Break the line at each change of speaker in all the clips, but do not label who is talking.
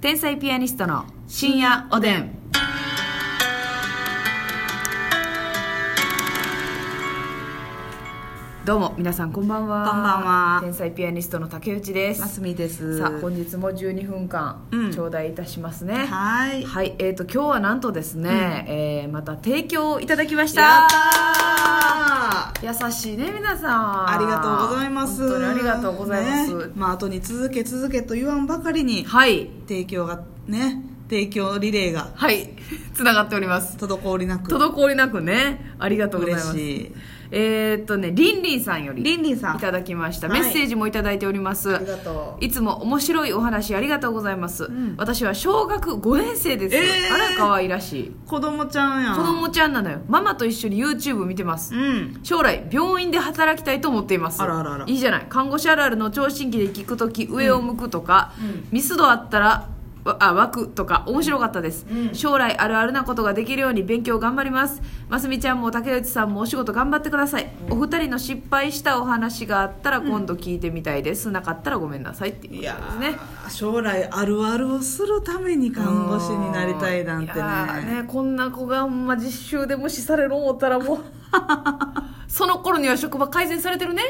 天才ピアニストの深夜おでん。どうも皆さんこんばんは。
こんばんは
天才ピアニストの竹内です。
ますみです。
さあ本日も12分間
うん
頂戴いたしますね。
はーい。
はい、えー、と今日はなんとですね、えーまた提供いただきまし
やったたー
優しいね皆さん
ありがとうございます。
本当にありがとうございます、
ねまあ後に続け続けと言わんばかりに
はい
提供がね提供リレーが
はいつながっております
滞りなく
滞りなくねありがとうございます
嬉しい。
えー、っとねりんりんさんより
りんりんさん
いただきました
は
メ
い
ッセージもいただいております、
ありがとう。
いつも面白いお話ありがとうございます、
ん
私は小学5年生です、
えー
あら可愛らしい
子供ちゃんやん。
子供ちゃんなのよママと一緒に YouTube 見てます
うん。
将来病院で働きたいと思っています
あらあらあら
いいじゃない看護師あるあるの聴診器で聞くとき上を向くとか、
うん
ミスドあったらわあ湧くとか面白かったです、
うん
将来あるあるなことができるように勉強頑張りますますみちゃんも竹内さんもお仕事頑張ってください、お二人の失敗したお話があったら今度聞いてみたいです、なかったらごめんなさいっていうこ
い
とで
や
す
ー
ね
将来あるあるをするために看護師になりたいなんて
いや
ね
ーねこんな子がほんま実習で無視される思ったら もうその頃には職場改善されてるね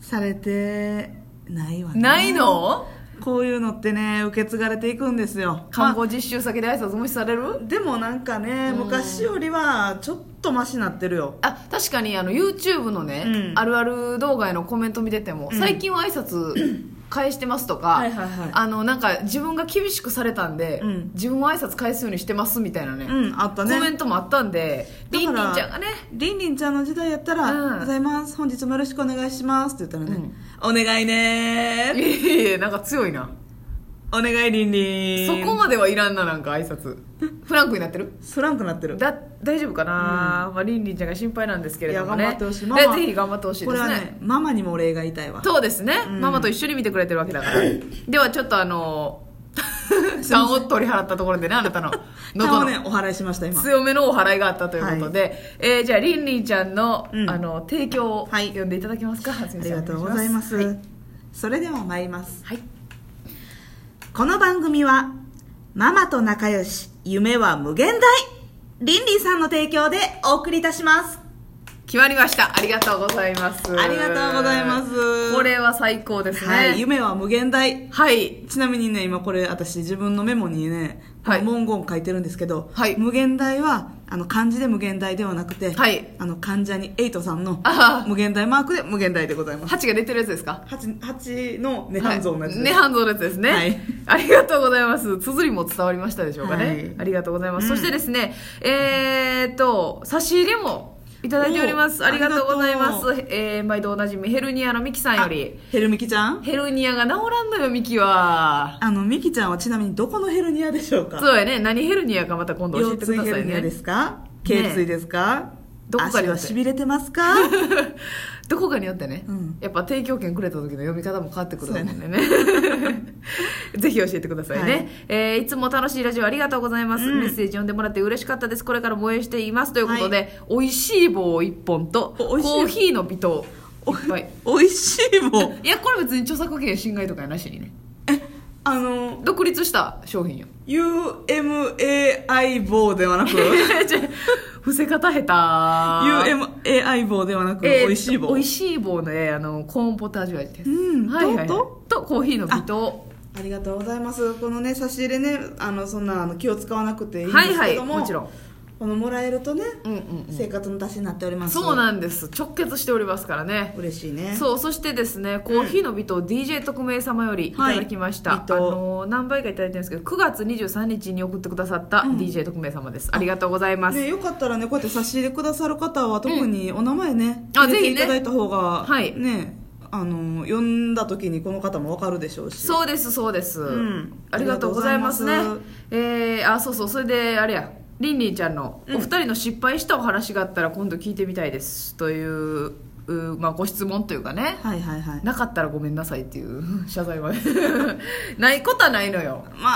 されてないわね
ないの
こういうのってね受け継がれていくんですよ
看護実習先で挨拶無視される
でもなんかね
うん
昔よりはちょっとマシになってるよ
あ確かにあの YouTube のね、
うん
あるある動画へのコメント見てても、
うん
最近は挨 拶返してますとか、
はいはいはい
あのなんか自分が厳しくされたんで、
うん
自分も挨拶返すようにしてますみたいなね、
うんあった
コメ
ね
ントもあったんで
だ
り
か
んり
ら
んちゃんがね
りんりんちゃんの時代やった
う
ら「お
ん
はようございます本日もよろしくお願いします」って言ったらね「お願いね
いやいやいやなんか強いな
お願いりんりん」
そこまではいらんななんか挨拶フランクになってる
スランクなってる
だ大丈夫かな、まあ、りんりんちゃんが心配なんですけれどもね
いや頑張ってほしいママ
えぜひ頑張ってほしい
こ
で
れ
す
はねママにもお礼が言いたいわ
そうですね、
うん
ママと一緒に見てくれてるわけだからではちょっとあの 勘を取り払ったところでねあなたの
顔
喉
ね
の
お祓いしました今
強めのお祓いがあったということで、えーじゃありんりんちゃんの,、
うん
あの提供を
はい
読んでいただけますか、はす
あ
み
り
さん
がとうございます、
はい、
それでは参ります
はい
この番組はママと仲良し夢は無限大リンリンさんの提供でお送りいたします
決まりましたありがとうございます
ありがとうございます
これは最高ですね
はい夢は無限大
はい
ちなみにね今これ私自分のメモにねこ
は
の
い
文言書いてるんですけど、
はい
無限大はあの漢字で無限大ではなくて、
はい
あの患者にエイトさんの
あは
無限大マークで無限大でございます
8が出てるやつですか
8, 8の涅槃像のやつ
はい
です、
涅槃像のやつですね、
はい
ありがとうございます綴りも伝わりましたでしょうかね、
はい
ありがとうございます、
うん
そしてですねえー、と差し入れもいただいております
お
ありがとうございま
あ
す、えー毎度おなじみヘルニアのミキさんより
あヘルミキちゃん
ヘルニアが治らんのよミキは
あのミキちゃんはちなみにどこのヘルニアでしょうか
そうやね何ヘルニアかまた今度教え
腰
てく
椎
だ
ヘ
さい
ルニアで
ね
すか
ね
頸椎ですか
どこかに
足
よ
は
って
しびれてます か
どこかによってね、
うん
やっぱ提供権くれた時の読み方も変わってくると思うんでね ぜひ教えてくださいね、
はい
いえーいつも楽しいラジオありがとうございます、
うん
メッセージ読んでもらって嬉しかったですこれからも応援していますということで、美味しい棒1本と
お
コ
美味しい
ーヒーの微糖いっぱい
美味しいもん
いやこれ別に著作権侵害とかやなしにね
あの
独立した商 品よ
UMAI 棒ではなく
ちょ伏せ方下手
UMAI 棒ではなく
えー
美味しい棒
美味しい棒ねあのコーンポタージュ味です、
うんと
とコーヒーの微糖
ありがとうございますこのね差し入れねあのそんなあの気を使わなくていいんで
はい
す
は
け
い
ども
もちろん
このもらえるとね
うんうん
生活の足しになっており
う
ま
ん、
す
そう
な
なんです直結しておりますからね
嬉しいね
そうそしてですねコーヒーの美糖 DJ 特命様よりいただきました、
はい美
あ
糖
のー何倍かいただいてるんですけど9月23日に送ってくださった
うん
DJ 特命様です、ありがとうございます、
ね、よかったらねこうやって差し入れくださる方は特にお名前ね、
あ
入れて
ぜひね
いただいた方が、
はい
ねあの呼んだ時にこの方もわかるでしょうし
そうですそうです、
ん
ありがとうございますね
ありがとうござい
えー、あそうそうそれであれやりんりんちゃんのお
うん
二人の失敗したお話があったら今度聞いてみたいですといううまあ、ご質問というかね
はいはいはい
なかったらごめんなさいっていう謝罪は ねないことはないのよ
ま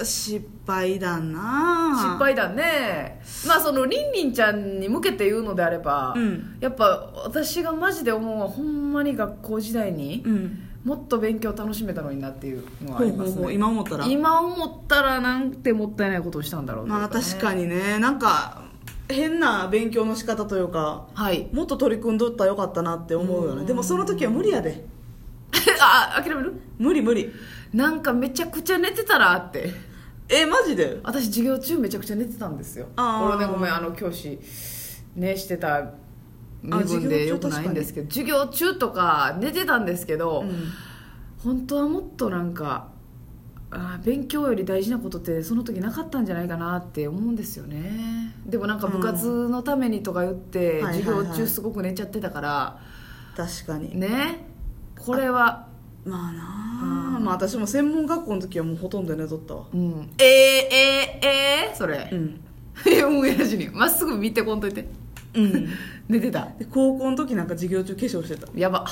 あ失敗だな
失敗だねまあそのりんりんちゃんに向けて言うのであれば、
うん
やっぱ私がマジで思うのはほんまに学校時代に、
うん
もっと勉強楽しめたのになっていうのはあ
ほう
り
ほ
ま
う
す
ほう
ね
今思ったら
今思ったらなんてもったいないことをしたんだろうという
まあ確か
に
にねなんか変な勉強の仕方というか
はい
もっと取り組んどったらよかったなって思うよねでもその時は無理やで
あ諦める
無理無理
なんかめちゃくちゃ寝てたらって
えマジで
私授業中めちゃくちゃ寝てたんですよ
あー
これねごめんあの教師ねしてた身分でよくないんですけど授業中とか寝てたんですけど、
うん
本当はもっとなんかあー勉強より大事なことってその時なかったんじゃないかなって思うんですよねでもなんか部活のためにとか言って、
うんはいはいはい
授業中すごく寝ちゃってたから
確かに
ねこれは
まあなあまあ私も専門学校の時はもうほとんど寝とったわ
うんえー、えー、えー、それ
う、ん
い やもうやじにまっすぐ見てこんといて
うん
寝てた
で高校の時なんか授業中化粧してた
やば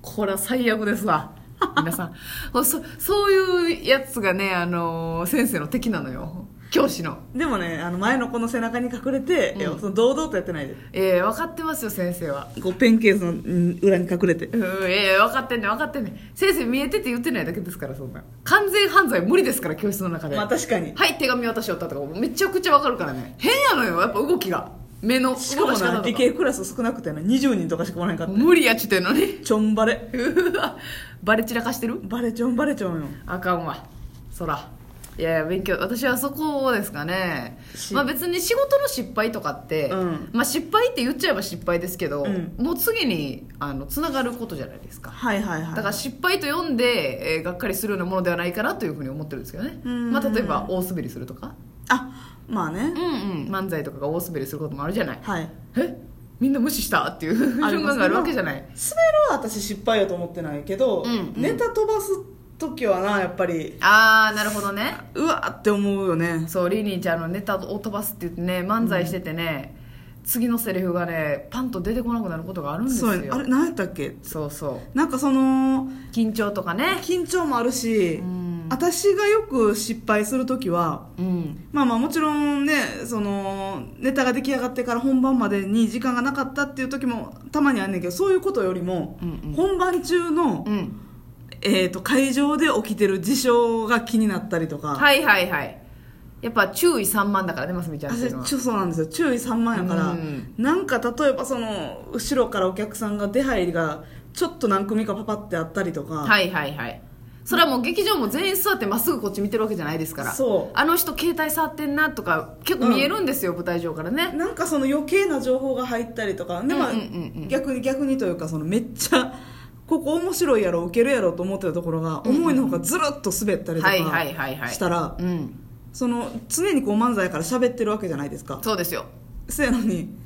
これは最悪ですわ皆さん こうそそういうやつがね、あのー先生の敵なのよ教師の
でもねあの前の子の背中に隠れて、
うん
いやその堂々とやってないで
えー、分かってますよ先生は
こうペンケースのうん裏に隠れて
うんええ分かってんねん分かってんねん先生見えてて言ってないだけですからそんな完全犯罪無理ですから教室の中で、
まあ確かに
はい手紙渡しよったとかめちゃくちゃ分かるからね変やのよやっぱ動きが目の動か
し
し
かも
方と
な理系クラス少なくてね20人とかしか来ないかった
無理やっちゅってんのに
ちょんばれ
うわバレ散らかしてる
バレちょんバレちょんよ
あかんわそらいやいや勉強私はそこですかね
し
まあ別に仕事の失敗とかって、
うん
まあ失敗って言っちゃえば失敗ですけど、
うん
もう次にあのつながることじゃないですか
はいはいはい
だから失敗と読んで、えーがっかりするようなものではないかなというふうに思ってるんですけどね、
うん
まあ、例えば大滑りするとか、
あまあ
うん
ね
うん、漫才とかが大滑りすることもあるじゃない
はい
えみんな無視したっていう
あり
瞬
ま
間
すね
があるわけじゃない
滑るは私失敗やと思ってないけど、
うんうん
ネタ飛ばす時はなやっぱり
ああなるほどね
うわーって思うよね
そうリニーちゃんのネタを飛ばすって言ってね漫才しててね、次のセリフがねパンと出てこなくなることがあるんですよ
そうやねあれ何やったっけ
そうそう
なんかその
緊張とかね
緊張もあるし、
うん
私がよく失敗する時は
うん
まあまあもちろんねそのネタが出来上がってから本番までに時間がなかったっていう時もたまにあんねんけどそういうことよりも、
うんうん
本番中の、
うん
えー、と会場で起きてる事象が気になったりとか、
はいはいはいやっぱ注意散漫だからねますみちゃんっていうのは
ちょそうなんですよ注意散漫やから、
うん
なんか例えばその後ろからお客さんが出入りがちょっと何組かパパってあったりとか、
はいはいはいそれはもう劇場も全員座ってまっすぐこっち見てるわけじゃないですから
そう
あの人携帯触ってんなとか結構見えるんですよ、舞台上からね
なんかその余計な情報が入ったりとかで、まあ
うんうんうんうん
逆に逆にというかそのめっちゃここ面白いやろウケるやろと思ってたところが思いのほかずるっと滑ったりと
はいはいはい
か
はい
したら
うん
その常にこう漫才やから喋ってるわけじゃないですか
そうですよ
せやのに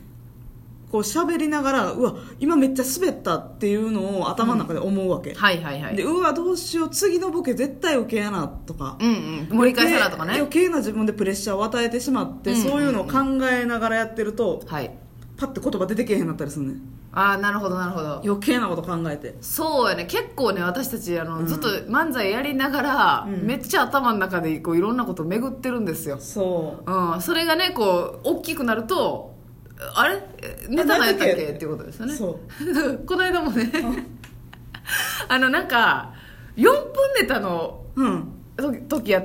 こう喋りながらうわ今めっちゃ滑ったっていうのを頭の中で思うわけ、
はいはいはい
でうわどうしよう次のボケ絶対ウケやなとか
うんうん盛り返さなとか
余
ね
計余計な自分でプレッシャーを与えてしまっ
う
て、
んうんうん
そういうのを考えながらやってると
はい
パッて言葉出てけへんなったりするねん
ああなるほどなるほど
余計なこと考えて
そうやね結構ね私たちあの、
うん
ずっと漫才やりながら、
うん
めっちゃ頭の中でこういろんなこと巡ってるんですよ、
そう
うん、それがねこう大きくなるとあれえネタ何やったっ
何やったっけ
けっていうことですよね
そ
この間もねあのなんか4分ネタの
うん
と時や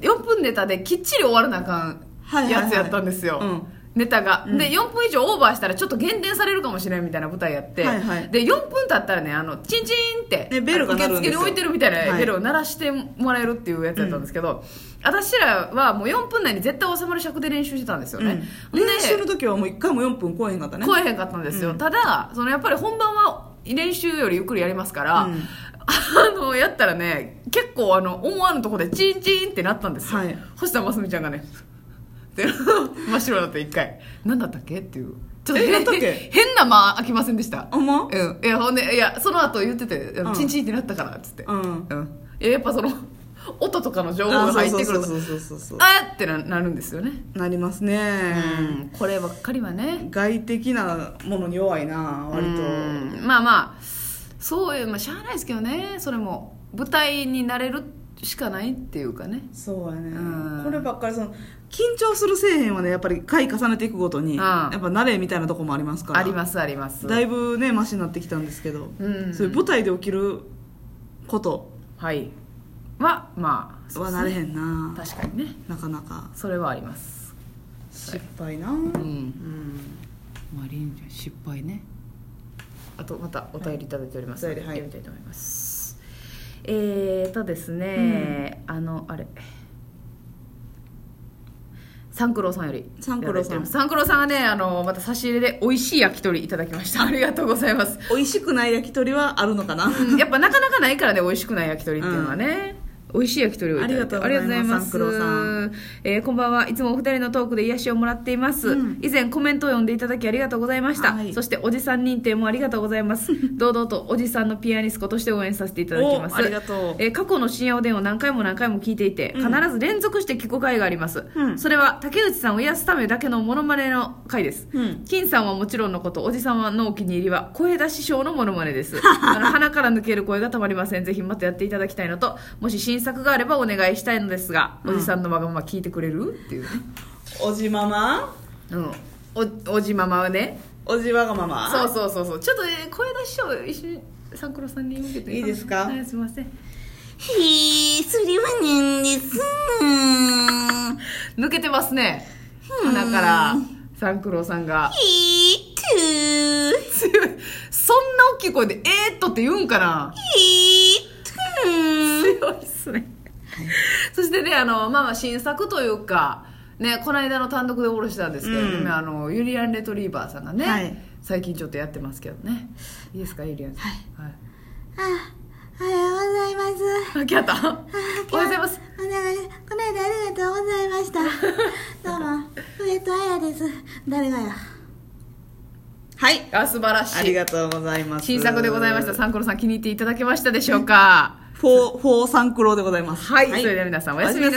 4分ネタできっちり終わらなあか
はいは
ん
いはい
やつやったんですよ、
うん
ネタが、
うん
で4分以上オーバーしたらちょっと減点されるかもしれんみたいな舞台やって、
はいはい
で4分経ったらねあのチンチンって、
ねベルが鳴るん
受付
ですよ
に置いてるみたい
は
ないベルを鳴らしてもらえるっていうやつやったんですけど、私らはもう4分内に絶対収まる尺で練習してたんですよ
うん
ね、で
練習の時はもう1回も4分超えへんかったね
来えへんかったんですよ、
うん
ただそのやっぱり本番は練習よりゆっくりやりますから、
うん
あのやったらね結構あの思わぬところでチンチンってなったんですよ、
はい
星田真澄ちゃんがねって 真っ白になって一回何だったっけっていうちょっと
えやったっけ
へ変な間開きませんでした
あんま
うんいやほんでいやその後言ってて、あの
うん
チンチンってなったからっつって
うん
うんいややっぱその音とかの情報
あ
が
そ
入
う
っ
そう
てく
そ
る
う
と
そうそうそうそう
あーってななるんですよね
なりますね
うんこればっかりはね
外的なものに弱いな割と
うんまあまあそういうまあしゃあないですけどねそれも舞台になれるしかないっていうかね
そうや
うん
ねこればっかりその緊張するせえへんはねやっぱり回重ねていくごとに
うん
やっぱ慣れみたいなとこもありますから
ありますあります
だいぶねマシになってきたんですけど
うん
そういう舞台で起きること
はいはまあそう
は
ですね
なれへんな、
確かにね
なかなか
それはあります
失敗な、う
うんんまありんちゃん失敗ねあとまたお便りいただいておりますので、
はいお便
読
り
みたいと思いますえーとですね、あのあれ三九郎さんより
三九郎さ
いただいており
ん
ます三九郎さんがねあのまた差し入れで美味しい焼き鳥いただきま したありがとうございます
美味しくない焼き鳥はあるのかな、
うんやっぱなかなかないからね美味しくない焼き鳥っていうのはね、美味しい焼き鳥をいただいて
ありがとうございます
ありがとうござい
三
ますえーこんばんはいつもお二人のトークで癒しをもらっています、
うん
以前コメントを読んでいただきありがとうございました、
はい
そしておじさん認定もありがとうございます堂々とおじさんのピアニスコとして応援させていただきます
おありがとう
えー過去の深夜おでんを何回も何回も聞いていて、
うん
必ず連続して聞く回があります、
うん
それは竹内さんを癒すためだけのモノマネの回です、
うん
金さんはもちろんのことおじさんのお気に入りは声出しショーのモノマネです あの鼻から抜ける声がたまりませんぜひまたやっていただきたいのともし新作があればお願いしたいのですが、おじさんのわがまま聞いてくれるっていうね、
おじママ
うん、おおじママはね
おじわがママ
そうそうそうそうちょっと、ね、声出しショー一緒にサンクロさんに向けて
いいですか
はい、すいません
ひーそれはねんです
抜けてますね鼻から三九郎さん が
ひーと
強いそんな大きい声で「えー、っと」って言うんかな
ひーと
強いっすね、そしてねあのまあまあ新作というかねこの間の単独でおろしたんですけどね、
うん
あのユリアン・レトリーバーさんがね、
はい
最近ちょっとやってますけどねいいですかユリアンさん、
はいあおはようございます
あ来はったおはようございます
お願いこの間ありがとうございましたどうも上戸彩です誰がやはい
あ素晴らし
あり
い
がとうございます
新作でございましたサンコロさん気に入っていただけましたでしょうか
フォーフォーサンクローでございます
はい、それでは皆さんおやすみなさい